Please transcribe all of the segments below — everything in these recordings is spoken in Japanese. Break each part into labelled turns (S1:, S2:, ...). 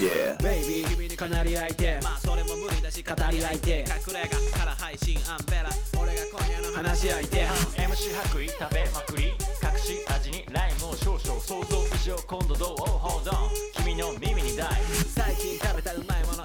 S1: Yeah
S2: ベイビー君にかなり相手
S3: まあそれも無理だし語
S2: 語り
S3: り合
S2: 相
S3: い
S2: 手
S3: 隠れ家から配信アンベラ俺が今夜の話
S2: 話し相手
S4: MC 白衣食べまくり隠し味にライムを少々想像以上今度どう Hold on 君の耳に大
S3: 最近食べたうまいもの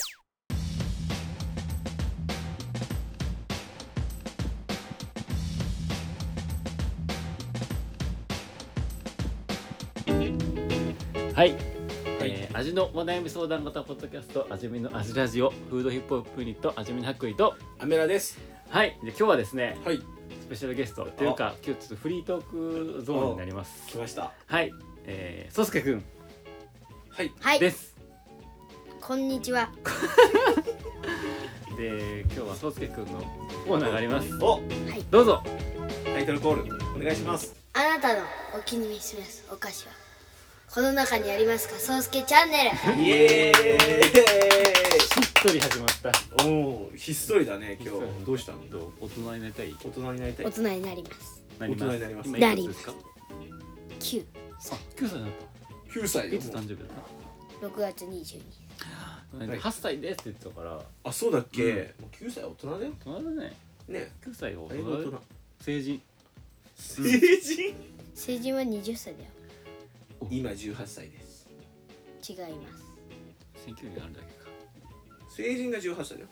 S5: はい、えー味のお悩み相談型ポッドキャスト味見の味ラジオフードヒップホップユニット味見の白衣と
S1: アメラです
S5: はいで今日はですね
S1: はい
S5: スペシャルゲストというか今日ちょっとフリートークゾーンになります
S1: 来ました
S5: はいえー、そすけくん
S1: はい
S6: はい、
S5: です、
S6: こんにちは。
S5: で今日はそすけくんのコーナーがあります
S1: お
S5: どうぞ
S1: タイトルコールお願いします
S6: あなたのお気に召しますお菓子はこの中にありますか、そうすけチャンネル。
S1: イエー
S5: しっとり始まった
S1: イおおひっそりだね今日どうしたの
S5: どう大人になりたい
S1: 大人になりたい
S6: 大人になります。
S1: 人
S5: 大
S1: になります
S5: 今いくつですか
S6: 九、
S5: あ9歳になっ
S1: 9歳
S5: たい
S1: よ
S5: つ誕生日だった
S6: 六月二十二。
S1: はい
S5: 8歳ですって言ってたから
S1: あそうだっけもう9歳大人だよ
S5: 大人だね
S1: ね
S5: 9歳が大
S1: だいぶ大
S5: 人
S1: 人
S5: 成人
S1: 成人
S6: 成人は二十歳だよ。
S1: 今18歳です
S6: 違います。
S5: 選挙になるだけか
S1: 成人が18歳だよ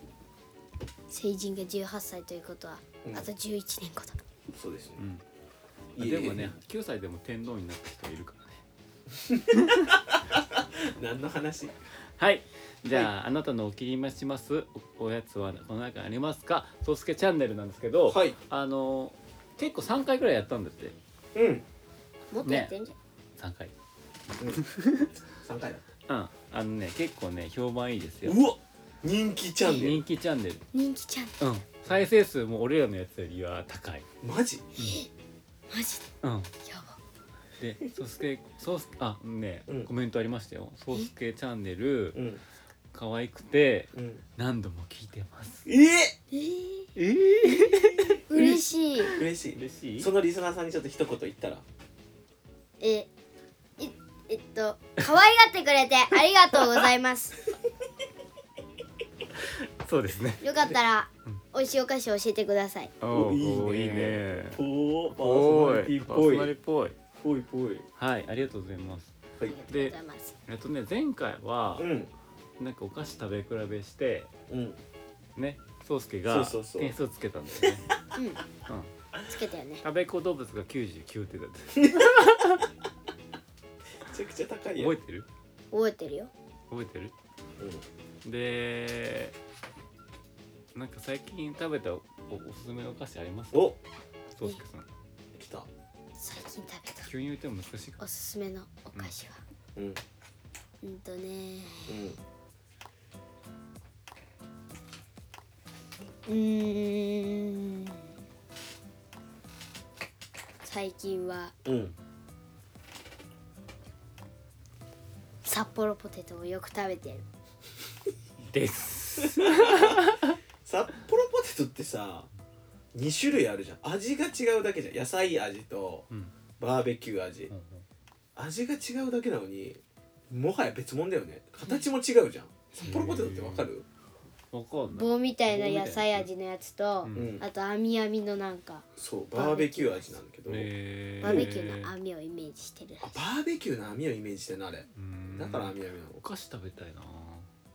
S6: 成人が十八歳ということは、
S1: うん
S6: あと十一年後だ。
S1: そうですね
S5: うん
S1: いえいえ
S5: でもね9歳でも天皇になった人いるからね
S1: 何の話
S5: はいじゃあ、あなたのお気に召しますおおやつはこの中にありますか「そうすけチャンネル」なんですけど、
S1: はい
S5: あの結構3回ぐらいやったんだって
S1: うん
S6: もっとやってんじゃん。
S5: 3回
S1: 3回だ
S5: うんあのね結構ね評判いいですよ
S1: うわ人気チャンネル
S5: 人気チャンネル
S6: 人気チャンネ
S5: うん再生数も俺らのやつよりは高い
S1: マジ
S6: ル。マジ
S5: うん
S6: でやば。
S5: で「そうすけ」そうすあね、
S1: うん
S5: コメントありましたよ「そうすけチャンネル
S1: うん
S5: 可愛くて
S1: うん
S5: 何度も聞いてます
S1: ええ
S6: えー、
S5: ええ
S6: 嬉しい。
S1: 嬉し
S5: 嬉し
S1: い
S5: い
S1: そのリスナーさんにちょっと一言言ったら
S6: え、いえっと、可愛がってくれてありがとうございます。
S5: そうですね。
S6: よかったら、美味しいお菓子を教えてください。
S1: お
S5: おー
S1: いいねぽーパ
S5: お
S1: ーソナリテ
S5: ー
S1: ィ
S5: い
S1: っぽい
S5: パーソナリティっぽい。
S1: ぽいぽい
S5: はい、ありがとうございます。
S1: は
S6: あ
S1: い
S6: りがとうございます。
S5: えっとね、前回は
S1: う、ん
S5: なんかお菓子食べ比べして、
S1: うん
S5: ね、そうすけが
S1: そうそうそう
S5: 点数つけたんだよね。
S6: うん、
S5: うん
S6: つけたよね。
S5: 食べっ子動物が99点だって。
S1: めちゃくちゃ高いや
S5: 覚え
S1: ん
S5: てる
S6: 覚えてるよ。
S5: 覚えてるで、なんか最近食べたおおすすめのお菓子あります
S1: お
S5: そうすけさん。
S1: 来た
S6: 最近食べた
S5: 急に言っても難しいか
S6: おすすめのお菓子は、
S1: うんうん
S6: うん、とねうーん最近は
S1: うん
S6: 札幌ポテトをよく食べてる
S5: です。
S1: 札幌ポテトってさ2種類あるじゃん味が違うだけじゃん野菜味と
S5: うん
S1: バーベキュー味、
S5: うんうん
S1: 味が違うだけなのにもはや別物だよね形も違うじゃん札幌ポテトってわかる
S5: わかんない。
S6: 棒みたいな野菜味のやつと、
S5: うん
S1: うん
S6: あと網網のなんか
S1: そうバーベキュー味なんだけど、
S5: え
S6: バーベキューの網をイメージしてる、
S1: あバーベキューの網をイメージしてんなあれだから網網なの
S5: お菓子食べたいな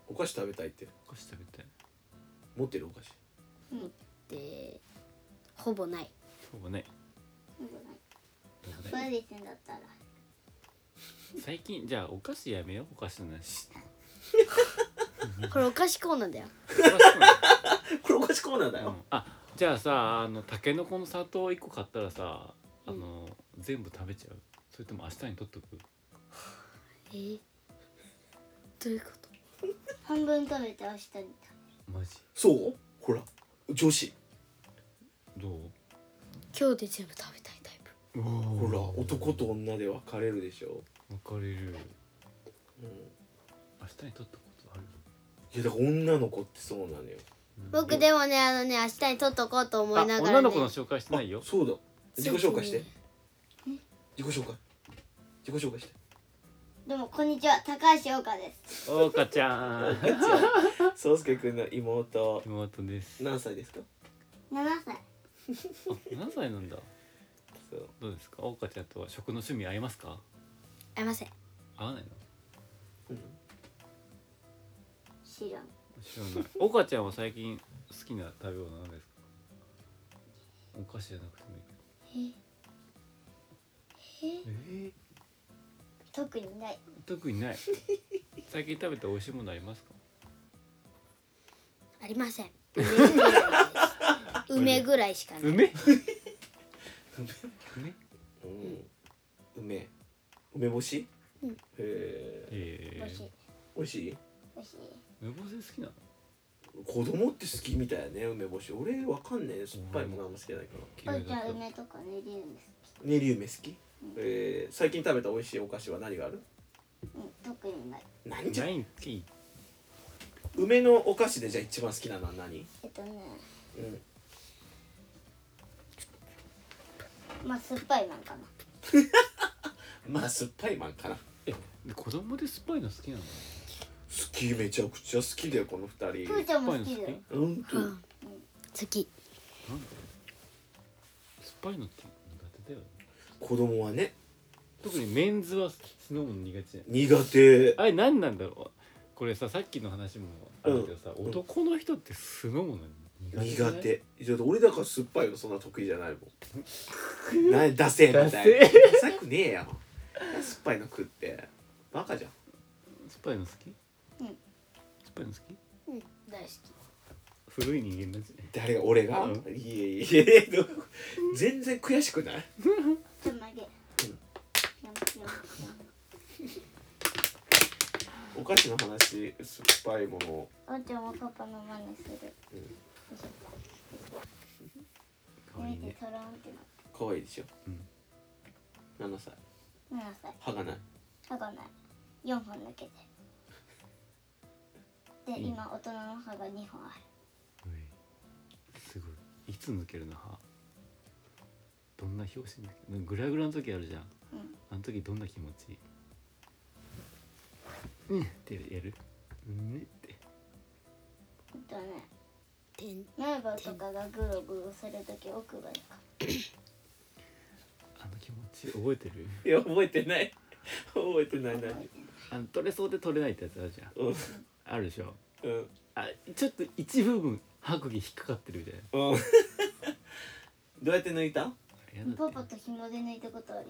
S5: お
S1: お菓子食べたいって
S5: 菓子食べたい
S1: 持ってるお菓子
S6: でほぼない
S5: そうだね
S6: れでてんだったら
S5: 最近じゃあお菓子やめようお菓子の話
S6: これお菓子コーナーだ よ
S5: お菓子の話
S1: これお菓子コーナーだ
S5: う
S1: よ
S5: ん、あじゃあさあのタケノコの砂糖一個買ったらさあの、全部食べちゃうそれとも明日に取っとく
S6: えー、どういうこと半分食べて明日に食べ
S5: マジ
S1: そうほら女子
S5: どう
S6: 今日で全部食べたいタイプ
S1: ほら男と女で分かれるでしょ、
S5: 分かれる
S1: うん、
S5: 明日に取っとくことある
S1: いやだから女の子ってそうなのよ
S6: 僕でもねあのね明日に撮っとこうと思いな
S5: あ
S6: がら、ね、
S5: 女の子の紹介してないよ
S1: あそうだ自己紹介して
S6: そう
S1: 自己紹介自己紹介して
S6: どうもこんにちは高橋岡です
S5: おうかちゃん
S1: 宗介くんの妹
S5: 妹です
S1: 何歳ですか
S6: 7歳
S5: あ何歳なんだ
S1: そう
S5: どうですかおうかちゃんとは食の趣味合いますか
S6: あいません
S5: 合わないの
S6: 知らん
S5: 知らないおうかちゃんは最近好きな食べ物なんですかお菓子じゃなくてもいいけどえ
S6: 特にな
S5: ー
S6: い
S5: 特にない 最近食べて美味しいものありますか
S6: ありません梅ぐらいしかない
S5: 梅梅
S1: うん梅梅干し、
S6: うん
S1: へえ
S5: え
S6: 美味しい
S5: ー、
S1: 美味しい
S6: 美味しい
S5: 梅干し好きなの
S1: 子供って好きみたいやね梅干し俺わかんねえ酸っぱいもんあんま好きじゃないから
S5: 嫌いだった
S6: 梅とかねりうんです
S1: 練り梅好き、えー、最近食べた美味しいお菓子は何がある
S6: うん特にない
S1: 何じゃ
S5: ないんきい
S1: 梅のお菓子でじゃあ一番好きなのは何
S6: えっとね
S1: うん
S6: まあ酸っぱいマンかな
S1: まあ酸っぱいマンかな好
S5: えで子供で酸っぱいの好きなの
S1: きめちゃくちゃ好きだよこの二
S6: プー
S1: 人
S6: ちゃんも
S5: 酸っぱいの
S6: 好き
S5: 好
S6: だ
S5: き
S6: よ
S1: うんと
S6: 好き
S5: なんで酸っぱいのって苦手だよね
S1: 子供はね
S5: 特にメンズは飲むの苦手じゃん
S1: 苦手
S5: あれ何なんだろうこれささっきの話もあるけどさ、
S1: うん
S5: 男の人って酢飲むの苦手じゃ
S1: 苦
S5: ない
S1: 手ちょっと俺だから酸っぱいのそんな得意じゃないも んな出せみたいな
S5: ダ
S1: ダ
S5: セ
S1: サくねえやん酸っぱいの食ってバカじゃん
S5: 酸っぱいの好き
S6: うん
S5: 酸っぱいの好き
S6: うん大好き
S5: 古い人間だし
S1: 誰が俺が、
S5: う
S1: いえいえどう全然悔しくない
S6: ちょっと曲げ
S1: お菓子の話酸っぱいもの
S6: おうちゃんはパパの真似する
S5: 可愛いね
S6: トロンってな
S1: 可愛いでしょ、
S5: うん
S1: 7歳
S6: 7歳
S1: 歯がない
S6: 歯がない4本抜けてで今大人の歯が2本あ
S5: ういすごいいつ抜けるの歯どんな表紙に抜けるグラグラの時あるじゃん、
S6: うん
S5: あの時どんな気持ちうんってやるうんって
S6: るとね前歯とかがグログロするとき奥歯にか
S5: あの気持ち覚えてる
S1: いや覚えてない覚えてないな
S5: あの取れそうで取れないってやつあるじゃん
S1: うん
S5: あるでしょ
S1: うん
S5: あちょっと一部分歯茎引っかかってるみたいな
S1: うんどうやって抜いた
S5: あれやだって
S6: パパと紐で抜いたことあるよ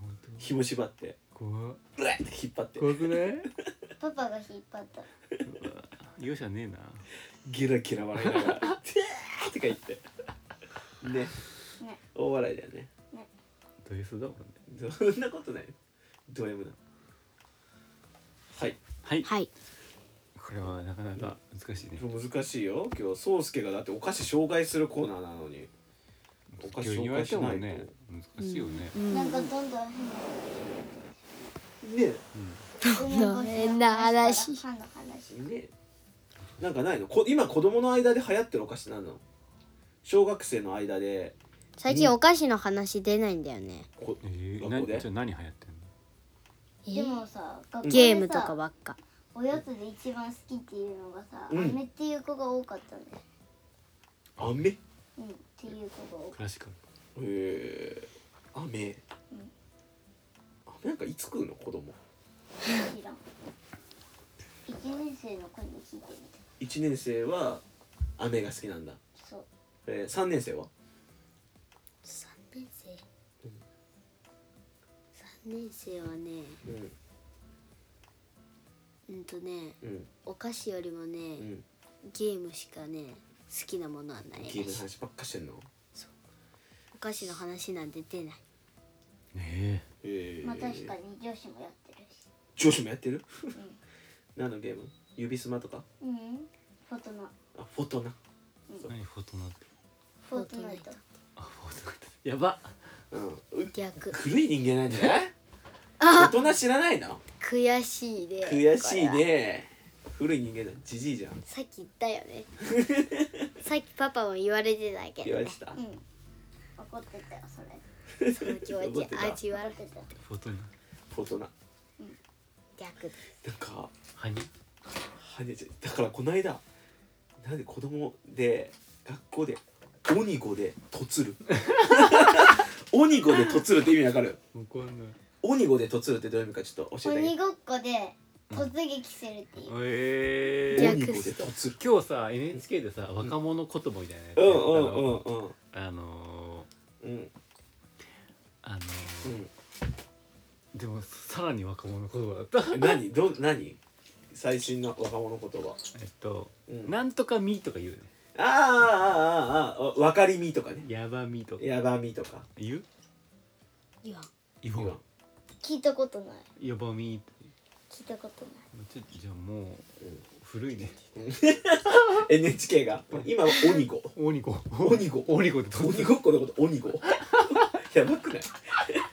S5: 本当
S1: 紐縛って
S5: 怖っ
S1: ブエッて引っ張って
S5: 怖くない
S6: パパが引っ張った
S5: うわ容赦ねえな
S1: ギラギラ笑いながら「てー」とか言ってね
S6: ね
S1: 大笑いだよね
S5: ド S だもんね
S1: そんなことないよド M だはい
S5: はい
S6: はい
S5: これはなかなか難しいね
S1: 難しいよ今日宗介がだってお菓子紹介するコーナーなのにお菓子
S5: 今日言
S1: 紹
S5: われ
S1: 介
S5: て
S1: し
S5: も
S1: ないと
S5: ね
S1: ね
S5: 難しいよね、
S6: なんかどんどん変な
S7: 変な話
S6: 歯の話
S1: ねなんかないのこ今子供の間で流行ってるお菓子なんなの小学生の間で
S7: 最近お菓子の話出ないんだよね
S1: こ
S5: えー、
S1: 学校
S5: な
S1: で
S5: ちょ何流行ってんの
S6: でもさ学校でさ
S7: ゲームとかばっか
S6: おやつで一番好きっていうのがさ、
S1: うん
S6: 飴っていう子が多かったんだよ
S1: 飴へ
S6: うんっていう子が多か
S5: クラシカル
S1: え飴
S6: ん
S1: 飴なんかいつ食うの子供
S6: った知らん1年生の子に聞いてみた
S1: 1年生は飴が好きなんだ、
S6: そう
S1: えー、3年生は
S7: 3年生3年生はね
S1: うん
S7: うんとね
S1: うん
S7: お菓子よりも
S1: う
S7: ね
S1: ん
S7: ゲームしかね好きなものはないらし
S1: ゲームの
S7: い
S1: 話ばっかしてんの
S7: お菓子の話なんて出ない
S5: ね
S1: ええ
S6: まあ確かに女子もやってるし
S1: 女子もやってる何のゲーム指スマとか
S6: うんフォトナ
S1: あフォトナ
S5: え何フォトナって
S6: フォートナイト
S5: あフォトナってやば
S1: うんう
S7: 逆
S1: 古い人間なんじゃない大人知らないの
S7: 悔しいで
S1: 悔しいね古い人間だじじいじゃん
S7: さっき言ったよ ねさっきパパも言われてたけ
S1: 言
S7: ど
S1: わ
S7: ね
S1: れてた
S7: うん怒ってたよそれ
S6: その気
S1: 怒
S6: 持
S1: っ
S6: ち
S1: てた
S6: 味わってた
S5: フォトナ
S1: 大人な
S7: 逆
S1: んか
S5: ハニ
S1: 跳ねちゃうだからこの間なんで子供で学校で「鬼子でとつ る」「鬼子でとつる」って意味わかる
S5: わかんない
S1: 鬼子でとつるってどういう意味かちょっと教えてあげ
S7: 鬼
S1: る
S7: ごっこで突撃するっていう、
S5: え
S6: 鬼
S5: ー、
S1: 鬼子でとつる
S5: 今日さ NHK でさ若者言葉みたいなやつ
S1: う
S5: や
S1: ん
S5: った
S1: う
S5: の
S1: んうんうん
S5: あのー、
S1: うん
S5: あのー
S1: うん
S5: でもさらに若者言葉だっ た
S1: え何ど何最新の若者言葉
S5: えっと、
S1: うん
S5: なんとかみとか言うよね
S1: あああああああ分かりみとかね
S5: やばみとか
S1: やばみとか
S5: 言う
S7: 言わん
S5: 言
S1: 言わん
S7: 聞いたことない
S5: やばみって
S7: 聞いたことない
S5: ちょっとじゃあもう古いね
S1: NHK が今は鬼子
S5: 鬼子
S1: 鬼子
S5: 鬼子ってどう
S1: 鬼ごっこのこと鬼子やばくない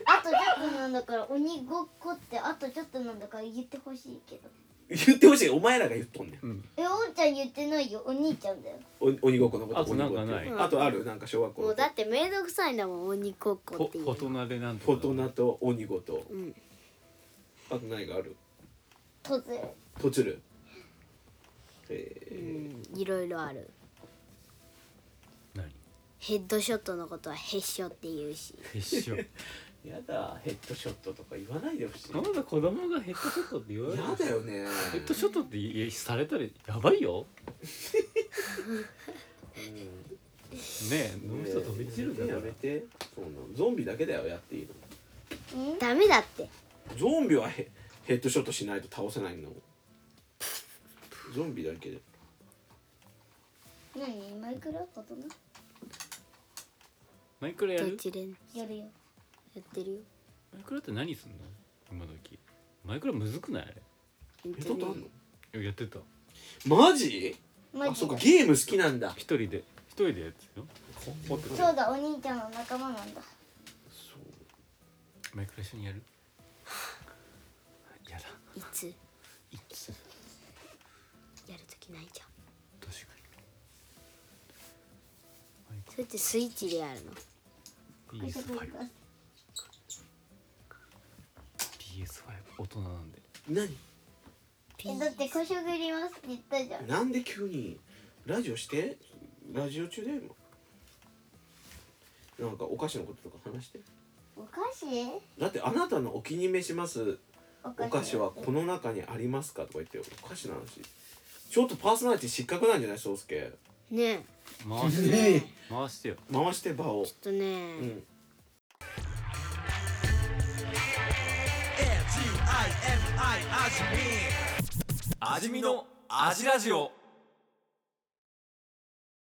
S7: あとちょっとなんだから鬼ごっこってあとちょっとなんだから言ってほしいけど
S1: 言ってほしいお前らが言っとんねん
S5: うん
S7: えおんちゃん言ってないよお兄ちゃんだよ
S1: お鬼ごっこのこと
S5: あとなんか
S1: 鬼ごっこって
S5: な
S6: いう
S1: あとあるなんか小学校
S6: もうだ
S1: の
S6: ってめんどくさいんだもん鬼ごっこ
S5: フ
S6: ってい
S5: ォ
S6: う
S5: フォトナでなん
S1: フ
S5: と
S1: ォトナと鬼ごと
S6: うん
S1: あと何がある
S7: とずる
S1: とつる
S6: う
S1: え
S6: んいろいろある
S5: 何
S6: ヘッドショットのことはヘッショって言うし
S5: 決 勝
S1: ー、やだヘッドショットとか言わないでほしい
S5: なんだ子供がヘッドショットって言われる
S1: やだよね
S5: ヘッドショットって言えされたらやばいよ
S1: うん
S5: ねえ飲む人飛び散るんだ
S1: や
S5: か
S1: め
S5: ら
S1: てそうなのゾンビだけだよやっていいの
S7: ん
S6: ダメだって
S1: ゾンビはヘヘッドショットしないと倒せないのゾンビだけで
S7: 何マイクラ大人
S5: マイクラや
S6: ど
S5: る
S6: っちでや
S7: やるよ
S6: ってるよ
S5: マイクラって何すんの今時マイクラむずくないあ
S6: 本
S1: ヘッ
S6: 当
S1: ドってあ
S6: に
S1: ん
S5: れいややってた
S1: のマジ
S7: マ
S1: あそ
S7: ジ
S1: っか
S7: で
S1: ゲーム好きなんだ
S5: 一人で一人でやってたよ持ってた
S7: そうだお兄ちゃんの仲間なんだ
S5: マイクラ一緒にやるやだ
S6: いつや
S5: いつ
S6: るときないじゃん
S5: 確か
S6: それってスイッチでやるの
S5: に PS5 PS5 大人な んで
S1: 何
S7: えだってこしょぐりますって言ったじゃん
S1: なんで急にラジオしてラジオ中だよ今なんかお菓子のこととか話して
S7: お菓子
S1: だってあなたのお気に召します
S7: お菓
S1: お菓子はこの中にありますかとか言ってお菓子の話ちょっとパーソナリティ失格なんじゃない宗介
S6: ねえ
S5: 回してよ
S1: ねえ
S5: 回してよ
S1: 回して場を
S6: ちょっとね、
S1: うん
S8: 味見の味ラジオ